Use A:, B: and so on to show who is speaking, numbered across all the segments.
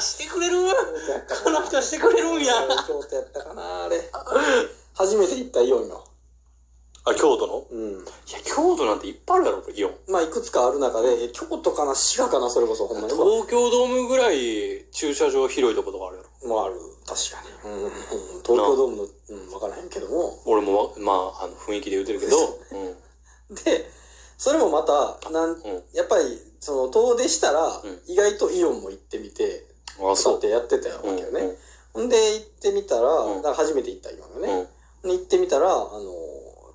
A: してくれるこの人してくれるんや。
B: 京都やったかな、あれ。初めて行ったイオンよ。
A: あ、京都の
B: うん。
A: いや、京都なんていっぱいあるやろ、これ、イオン。
B: まあ、いくつかある中で、え京都かな、滋賀かな、それこそ、ほんまに。
A: 東京ドームぐらい駐車場広いとことかあるやろ。
B: もある。確かに。うん。うん東京ドームの、うん、わからへんけども。
A: 俺もわ、まあ、あの、雰囲気で言うてるけ ど、うん。
B: で、それもまた、なん、
A: う
B: やっぱり、その、遠出したら
A: うん、
B: 意外とイオンも行ってみて、
A: ん。あ、
B: そ
A: そう
B: っ。てやってたわけよ
A: うん
B: ね。ほんで、行ってみたら、
A: う
B: だ
A: ん
B: から初めて行ったイオンよ
A: う
B: ね
A: ん。うん
B: に行ってみたら、あの、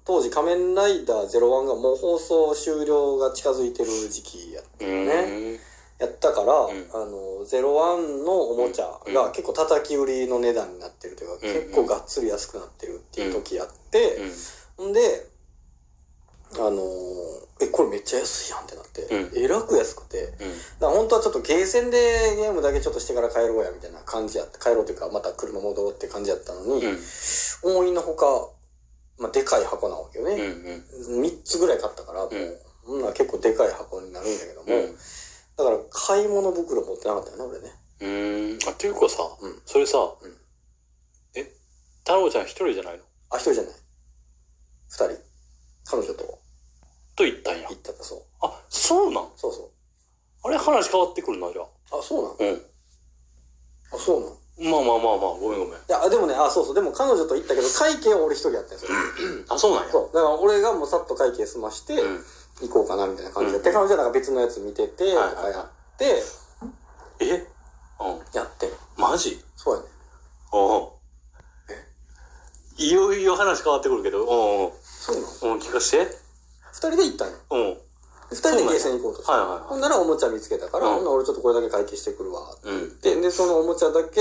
B: 当時仮面ライダー01がもう放送終了が近づいてる時期や
A: うん。
B: やったから、
A: ん
B: あの、01のおもちゃ
A: う
B: が
A: ん
B: 結構叩き売りの値段になってるというか、
A: うん
B: 結構がっつり安くなってるっていう時やって、んで、あのえ、これめっちゃ安いやんってなって、
A: う
B: えらく安くて、
A: うん。
B: だから本当はちょっとゲーセンでゲームだけちょっとしてから帰ろうやみたいな感じやった。帰ろうというか、また車戻ろうって感じやったのに、
A: うん。
B: 思いのほか、まあ、でかい箱なわけよ
A: うん。う
B: ね。
A: ん。
B: 三3つぐらい買ったから、もう、
A: うん
B: ほんなら結構でかい箱になるんだけども、
A: うん
B: だから買い物袋持ってなかったよね、俺ね。
A: うん。あ、っていうかさ
B: うん、
A: それさ
B: うん、
A: え、太郎ちゃん一人じゃないの
B: あ、一人じゃない。二人。彼女と
A: と言ったんや
B: 行。ったんだ、そう。
A: あ、そうなん
B: そうそ
A: あれ話変わってくるな、じゃあ。
B: う。あ、そうなの
A: うん。
B: あ、そうなの
A: まあまあまあまあ、ごめんごめん。
B: いや、でもね、あ、そうそう。でも彼女と行ったけど、会計は俺一人やったんですよ。
A: あ、そうなんや。
B: そう。だから俺がもうさっと会計済まして、
A: うん。
B: 行こうかなみたいな感じで。
A: うん
B: で、彼女はなんか別のやつ見てて、と
A: はいは
B: か
A: い
B: やって、
A: えうん。
B: やってる。
A: マジ
B: そうやね。
A: うん。いよいよ話変わってくるけど、う
B: そうなの
A: んうん。うん、聞かして。
B: 二人で行ったんよ。
A: うん。はい
B: 二人でゲーセン行こうとして。
A: はいはい。
B: ほんならおもちゃ見つけたから、
A: うん
B: ほんなら俺ちょっとこれだけ会計してくるわって
A: うん。
B: 言って、で、そのおもちゃだけ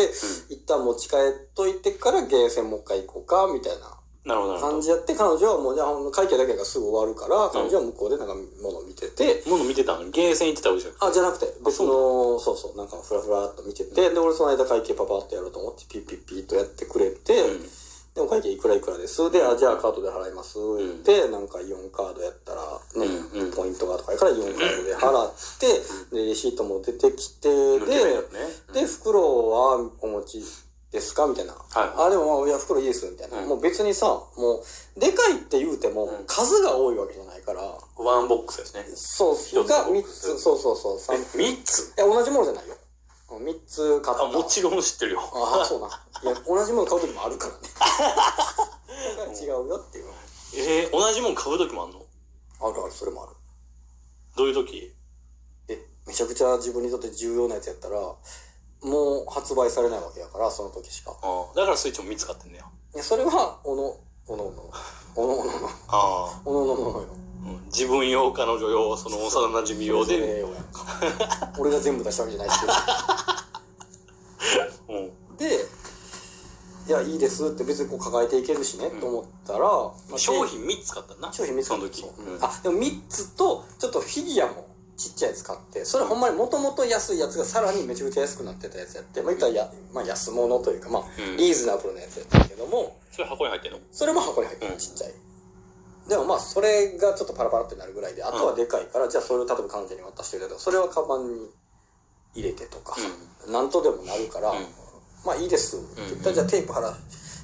B: 一旦持ち帰っといてからゲーセンもう一回行こうか、みたいな
A: なるほど、なるほ
B: 感じやって、彼女はもうじゃあほんの会計だけがすぐ終わるから、彼女は向こうでなんか物見てて、
A: ど。もの見てたのゲーセン行ってたわけじゃん。
B: あ、じゃなくて、別の、そうそう、なんかふらふらっと見てて、で、俺その間会計パパッとやろうと思って、ピッピッピッとやってくれて、
A: う
B: でも会計いくらいくらです。で、あ、じゃあカードで払います。
A: ん
B: で、なんかイオンカードやったら、ね、
A: うんうん
B: ポイントがとかやからイオンカードで払って、で、レシートも出てきて、
A: ん。抜けないよね。
B: で、で、袋はお持ちですかみたいな。
A: は
B: あ、でも、まあ、いや、袋イエス、みたいな。
A: うん
B: もう別にさ、もう、でかいって言うても
A: うん、
B: 数が多いわけじゃないから、
A: い。ワンボックスですね。
B: そう、
A: 一つ
B: が
A: のボッ
B: 3
A: クス
B: つ、そうそうそう、三、
A: え三つ
B: え、同じものじゃないよ。3つ買った。
A: あ、もちろん知ってるよ。
B: ああ、そうな。いや、同じもの買う時もあるからね。だから違うよっていう。
A: えー、同じもん買う時もあんの
B: あるある、それもある。
A: どういう時
B: え、めちゃくちゃ自分にとって重要なやつやったら、もう発売されないわけやから、その時しか。
A: ああ。だからスイッチも三つ買ってんだよ。
B: いや、それは、おの、おのおの、おのおのの、
A: ああ。
B: おのおののよ。
A: うん自分用、彼女用、その幼馴染用
B: そ
A: で。
B: れをやんか。 俺が全部出したわけじゃないし。
A: うん。
B: で、いや、いいですって別にこう抱えていけるしね、
A: うん
B: と思ったら、まあ
A: 商品3つ買ったな。
B: 商品見つ
A: そ
B: か
A: の時。うん
B: あでも3つとちょっとフィギュアもちっちゃいやつ買ってそれほんまにもともと安いやつがさらにめちゃくちゃ安くなってたやつやってまあ言ったらや、まあ、安物というかまあ
A: うん
B: リーズナブルなやつやったけども
A: それ箱に入ってんの
B: それも箱に入ってる
A: うん
B: ちっちゃいでもまあそれがちょっとパラパラってなるぐらいであとはでかいからじゃあそれを例えば彼女に渡してるけどそれはカバンに入れてとかなんとでもなるから、
A: うん
B: まあいいですって言った
A: う
B: ら、
A: ん
B: じゃあテープ貼ら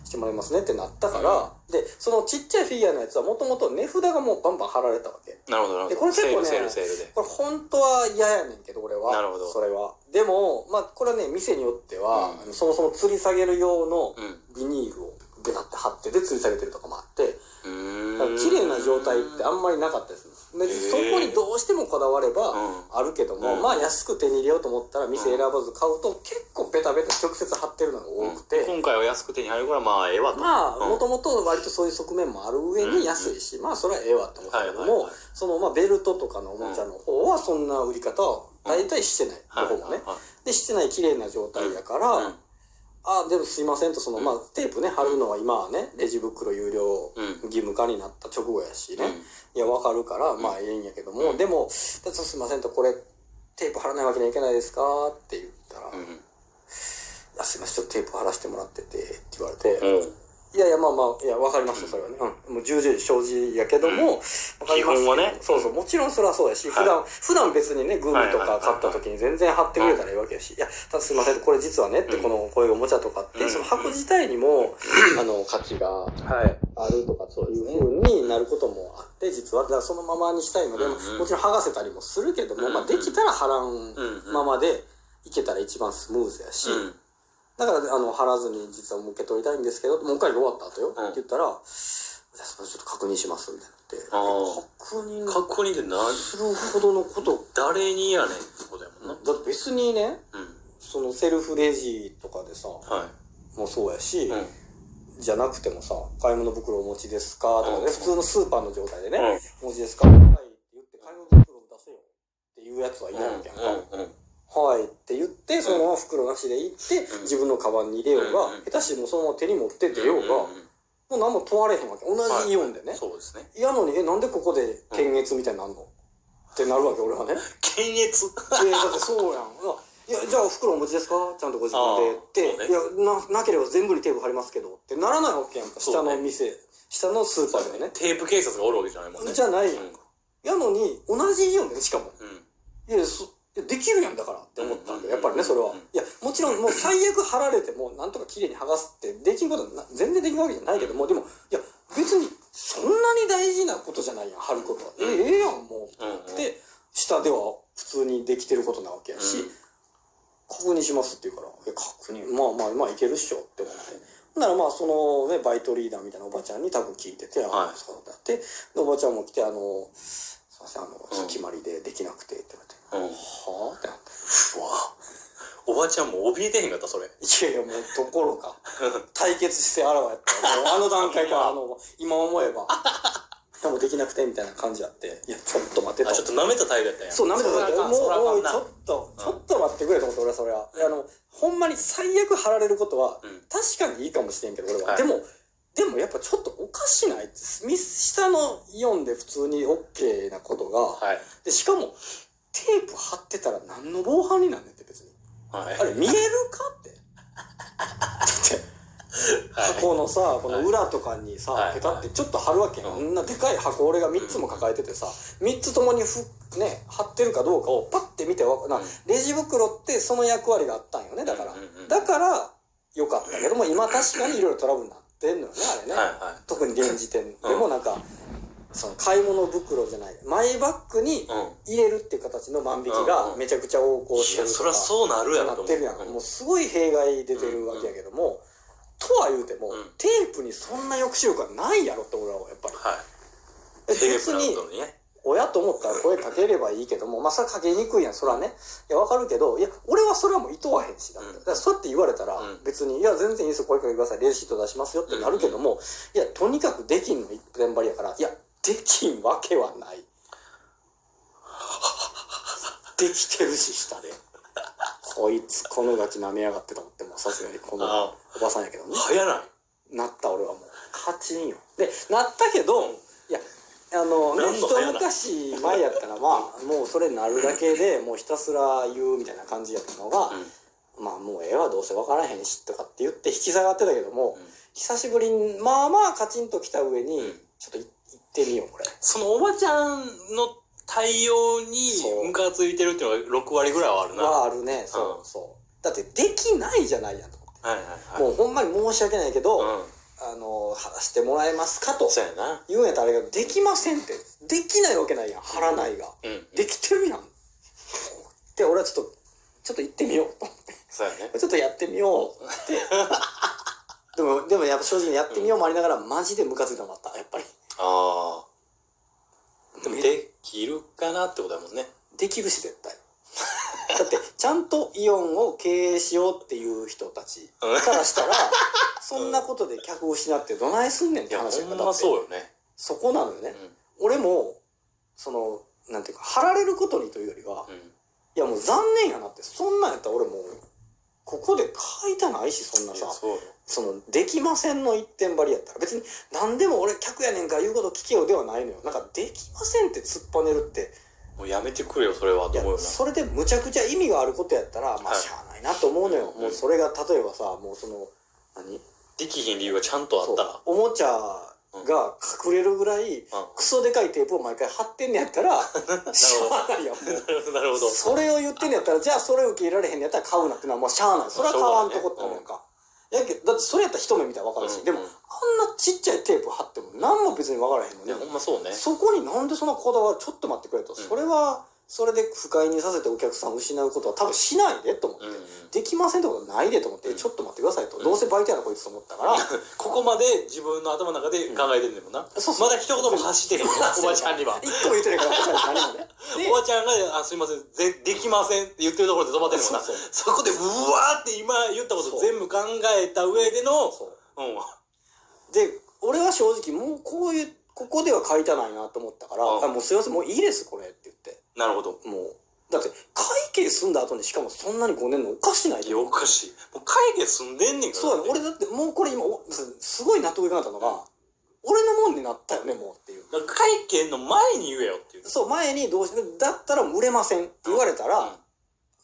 B: してもらいますねってなったから、で、そのちっちゃいフィギュアのやつはもともと値札がもうバンバン貼られたわけ。
A: なるほど、なる
B: で
A: ほ
B: こ
A: ど。
B: れ結
A: セー
B: 構
A: ル、
B: ね
A: セール、セールで。
B: これ本当は嫌やねんけど、俺は。
A: なるほど
B: それは。でも、まあこれはね、店によっては、
A: うん
B: あのそもそも吊り下げる用の
A: うん。
B: ビニールをベタって貼ってて吊り下げてるとかもあって、
A: う
B: だ
A: ー
B: から
A: ん
B: 綺麗な状態ってあんまりなかったですね。で、
A: へー
B: そこにどうしてもこだわれば、
A: うん
B: あるけども、
A: うん
B: まあ安く手に入れようと思ったら店選ばず買うと結構ベタベタ直接貼ってるのが多くて、
A: うん今回は安く手に入るからまあええわと
B: まあ
A: うん
B: もともと割とそういう側面もある上に安いし、まあそれはええわって思ったけど
A: はいはい
B: も
A: はい
B: そのまあベルトとかのおもちゃの方はそんな売り方は大体してない、
A: はい
B: どこもね
A: はい
B: でしてない綺麗な状態やから、
A: はい
B: あでもすいませんとその、
A: うん
B: まあテープね貼るのは今はねレジ袋有料
A: うん
B: 義務化になった直後やしね、
A: うん
B: いや、わかるから、まあ、ええんやけども、
A: うん
B: でも、ちょっとすいませんと、これ、テープ貼らないわけにはいけないですかって言ったら、
A: うん
B: あすいません、ちょっとテープ貼らせてもらってて、って言われて、
A: うん
B: いやいや、まあまあ、いや、わかりますよ、それはね。うん。もう重々承知やけども、わかりますけど
A: 基本はね
B: そうそう、もちろんそれはそうやし、
A: い
B: 普段、普段別にね、グミと
A: はいはいはいは
B: か
A: い
B: 買った時に全然貼ってくれたらいいわけやし、いや、ただすいません、これ実はね、って、
A: うん
B: このこういうおもちゃとかって、
A: うん
B: その箱自体にも、あの、価値が
A: はい。
B: あるとかっていう風になることもあって、実は、だからそのままにしたいので、
A: うんうん
B: もちろん剥がせたりもするけども、
A: うんうん
B: まあ、できたら貼ら
A: うんうん
B: んままで、いけたら一番スムーズやし、
A: うん。
B: だから、あの、貼らずに実はもう受け取りたいんですけど、もう一回終わった後よ、って言ったら、じゃあそれちょっと確認します、みたい
A: あ
B: な
A: ー
B: って。確認
A: 格好にってな、
B: するほどのこと、
A: 誰にやねんってことやもんな。
B: だって別にね、
A: うん。
B: そのセルフレジとかでさ、
A: は
B: もうそうやし、
A: い。うん。
B: じゃなくてもさ、買い物袋お持ちですかとか
A: うん
B: ね、普通のスーパーの状態でね、
A: うん
B: お持ちですかはいって言って、買い物袋を出せよっていうやつは
A: う
B: 嫌
A: ん
B: みたいな。
A: うん。うん。
B: はいって言って、そのまま袋なしで行って
A: うん、
B: 自分のカバンに入れよう
A: うん
B: が、下手してもうそのまま手に持って出ようが、
A: んん
B: もう何も問われへんわけ。同じイオンでね。
A: そうですね。
B: いやのに、え、なんでここで検閲みたいになんの、ってなるわけ、俺はね。
A: 検閲。
B: えだってそうやん。いや、いやじゃあ、袋お持ちですかちゃんとご自分で。
A: あー
B: って、いやな、なければ全部にテープ貼りますけど、ってならないわけやんか。
A: そ
B: 下
A: うね
B: の店、下のスーパーではね。
A: テープ警察がおるわけじゃないもんね。
B: じゃない
A: うん
B: やんか。やのに、同じイオンでね、しかも。
A: うん。
B: いや、そいやできるやんだからって思ったんだよ。やっぱりね、それは
A: うん。
B: いや、もちろん、もう最悪貼られても、なんとか綺麗に剥がすって、できんことはな全然できるわけじゃないけども、でも、いや、別に、そんなに大事なことじゃないやん、貼ることは。え
A: うん
B: ええやん、もう。
A: うんうん。
B: で、下では普通にできてることなわけやし、
A: うん
B: 確認しますって言うから、いや、確認、まあまあ、まあいけるっしょって思って。ほんならまあ、そのね、バイトリーダーみたいなおばちゃんに多分聞いてて、
A: は
B: あ
A: い
B: そうだって。で、おばちゃんも来て、あの、すいません、あの、ちょっと決まりでできなくてって言われて、
A: うん。う
B: はあってなって。
A: わおばちゃんも怯えてへんかった、それ。
B: いやいや、もうどころ か。対決してあらわやったよ。もうあの段階から、あの、今思え ば。でもできなくてみたいな感じやって、いや、ちょっと待って
A: あ、
B: と
A: ちょっと舐めた態度やったんや。
B: そう、舐めてた
A: それはあかん
B: も
A: それは
B: う、お
A: あ
B: い、ち
A: かん
B: ょ
A: な
B: っと、ちょっと待ってくれと思って、俺はそれは。あの、ほんまに最悪貼られることは、
A: うん
B: 確かにいいかもしれんけど、俺
A: は
B: は。
A: い
B: でも、でもやっぱちょっとおかしないって、ミス下のイオンで普通に OK なことが、
A: はい。
B: で、しかも、テープ貼ってたら何の防犯になんねんって別に。
A: はい。
B: あれ見えるかって。 だって
A: はい。
B: 箱のさ、この裏とかにさ、
A: はい
B: ペタってちょっと貼るわけよ。
A: うん
B: こんなでかい箱俺が3つも抱えててさ、3つともにふ、ね、貼ってるかどうかをパッて見てわかな
A: うん、
B: レジ袋ってその役割があったんよね、だから
A: うんうんうん。
B: だから、良かったけども、今確かにいろいろトラブルになってんのよね、あれね。
A: はい。は
B: 特に現時点でもなんか、その買い物袋じゃない、マイバッグに
A: い。うん。
B: 入れるっていう形の万引き
A: うんう
B: が
A: ん
B: めちゃくちゃ横行し
A: い
B: て
A: や、
B: ると
A: そ
B: か
A: りゃそうなるや
B: な
A: ろ
B: っ
A: と
B: て
A: 思う
B: るやん。もう
A: う
B: すごい弊害出てるわけやけども、とは言うても、
A: うん
B: テープにそんな抑止力はないやろって俺はやっぱり。
A: はい。
B: 別
A: テープな
B: に、
A: のにね。
B: 親と思ったら声かければいいけども、まあそれかけにくいやん、そらね。いや、わかるけど、いや、俺はそれはもういとわへんし、だって。
A: うん
B: だからそうやって言われたら
A: うん、
B: 別に、いや、全然いいですよ、声かけてください、レシート出しますよってなるけども、いや、とにかくできんの一点張りやから、いや、できんわけはない。できてるし、下で。こいつ、このガキ舐めやがってと思っても、さすがにこの
A: あ
B: おばさんやけどね。
A: あ。流行らない。
B: なった俺はもう勝ちんよでなったけどいやあの、ね、
A: 何の
B: 一
A: 早ない
B: 昔前やったらまあ もうそれなるだけでもうひたすら言うみたいな感じやったのが、まあもうええわどうせ分からへんしとかって言って引き下がってたけども、
A: うん
B: 久しぶりにまあまあカチンときた上に、
A: うん
B: ちょっとい行ってみようこれ
A: そのおばちゃんの対応にムカついてるっていうのが6割ぐらいはあるな。は
B: はあるねそう、
A: うん
B: そうだってできないじゃないやと思って、
A: いはいはい。
B: もうほんまに申し訳ないけど、あ
A: うん。
B: の貼らしてもらえますかと
A: そうやな。
B: 言うんやったらあれができませんってできないわけないやん貼らないが、
A: うん。
B: できてるやんで俺はちょっとちょっと行ってみようと思っ
A: そうやね。
B: てちょっとやってみよう ってでもでもやっぱ正直やってみようもありながらマジでムカついたのもあったやっぱり
A: ああ。でも
B: め
A: できるかなってことだもんね。
B: できるし絶対だってちゃんとイオンを経営しようっていう人たち からしたらそんなことで客を失ってどないすんねんっ
A: い
B: て
A: や、
B: 話や
A: ほ
B: か
A: ん
B: らだ
A: ま
B: って
A: そうよね。
B: そこなのよね
A: う、ん。
B: 俺もそのなんていうか貼られることにというよりは、
A: うん。
B: いやもう残念やなって、そんなんやったら俺もう、ここで書いたないし、そんないさ
A: や、、そうよ。
B: その、できませんの一点張りやったら、別に何でも俺客やねんから言うこと聞けよではないのよ。なんか、できませんって突っぱねるって、
A: もうやめてくれよ、それは。
B: い
A: と
B: や
A: 思うよ、
B: それでむちゃくちゃ意味があることやったら、ま
A: は
B: あ
A: い
B: しゃあないなと思うのよ。
A: うん
B: もうそれが、例えばさ、もうその、何
A: できひん理由がちゃんとあったら。
B: おもちゃが隠れるぐらい、クソでかいテープを毎回貼ってんねやったら、しゃあないやんもう。
A: なるほど。
B: それを言ってんのやったら、じゃあそれ受け入れられへんのやったら買うなってのはもうしゃあない。それは買わんとこって思うんか。やけど、だってそれやったら一目見たら分かる
A: う
B: し、
A: ん
B: でも、あんなちっちゃいテープ貼っても何も別に分からへんの
A: いや、ほ
B: ね。
A: んまそうね。
B: そこになんでそんなこだわるちょっと待ってくれと。それは、それで不快にさせてお客さんを失うことは多分しないでと思って。
A: うん。
B: できませんってことはないでと思って、ちょっと待ってくださいと。どうせバイトやなこいつと思ったから、
A: ここまで自分の頭の中で考えてんねんもんな。
B: そうそう
A: まだ一言も発してへ ん。おばちゃんには。
B: 一個も言ってないから、おばちゃ んに何もね。で
A: おばちゃんが、あ、すいません、ぜ、できませんって言ってるところで止まってるもんな。
B: そう
A: そこで、うわーって今言ったこと全部考えた上での、
B: そう
A: うん。
B: で俺は正直もうこういうここでは書いたないなと思ったから「
A: うん
B: あもうすいませんもういいですこれ」って言って
A: なるほど。
B: もうだって会計済んだ後にしかもそんなに5年のおかしない
A: い
B: で
A: や、おかしい。もう会議済んでんねんから。
B: そうやね俺だってもうこれ今おすすごい納得いかなかったのが、俺のもんになったよねもうっていう
A: だから会見の前に言えよっていう。
B: そう前にどうしてだったら売れませんって言われたら、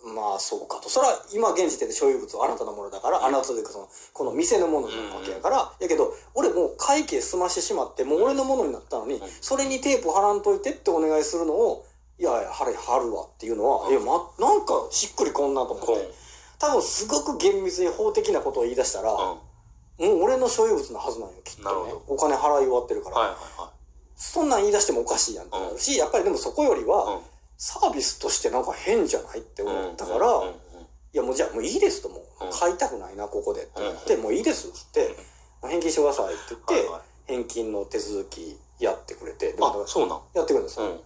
B: まあそうかとそれは今現時点で所有物はあなたのものだから、あなたというかそのこの店のものなわけやから、やけど俺もう会計済ましてしまってもう俺のものになったのに、
A: ん
B: それにテープ貼らんといてってお願いするのをいやいや貼れ貼るわっていうのは、
A: うん
B: いやまなんかしっくりこんなと思っ
A: こう
B: て多分すごく厳密に法的なことを言い出したら、
A: うん。
B: も
A: は
B: う俺の所有物のはずなんよきっ
A: なる
B: とね
A: ほ
B: お金払い終わってるか
A: い
B: ら、
A: はいは
B: そんなん言い出してもおかしいやんってなるし、やっぱりでもそこより
A: い。
B: は
A: うん
B: サービスとしてなんか変じゃないって思ったから、
A: うんうんうん
B: いやもうじゃあもういいですともう、
A: うん
B: 買いたくないなここでって言って、もういいですっつって、返金してくださいって言って、
A: はいはい
B: 返金の手続きやってくれてで
A: あ、そうなん。
B: やってくれるんです
A: う
B: よ、
A: ん。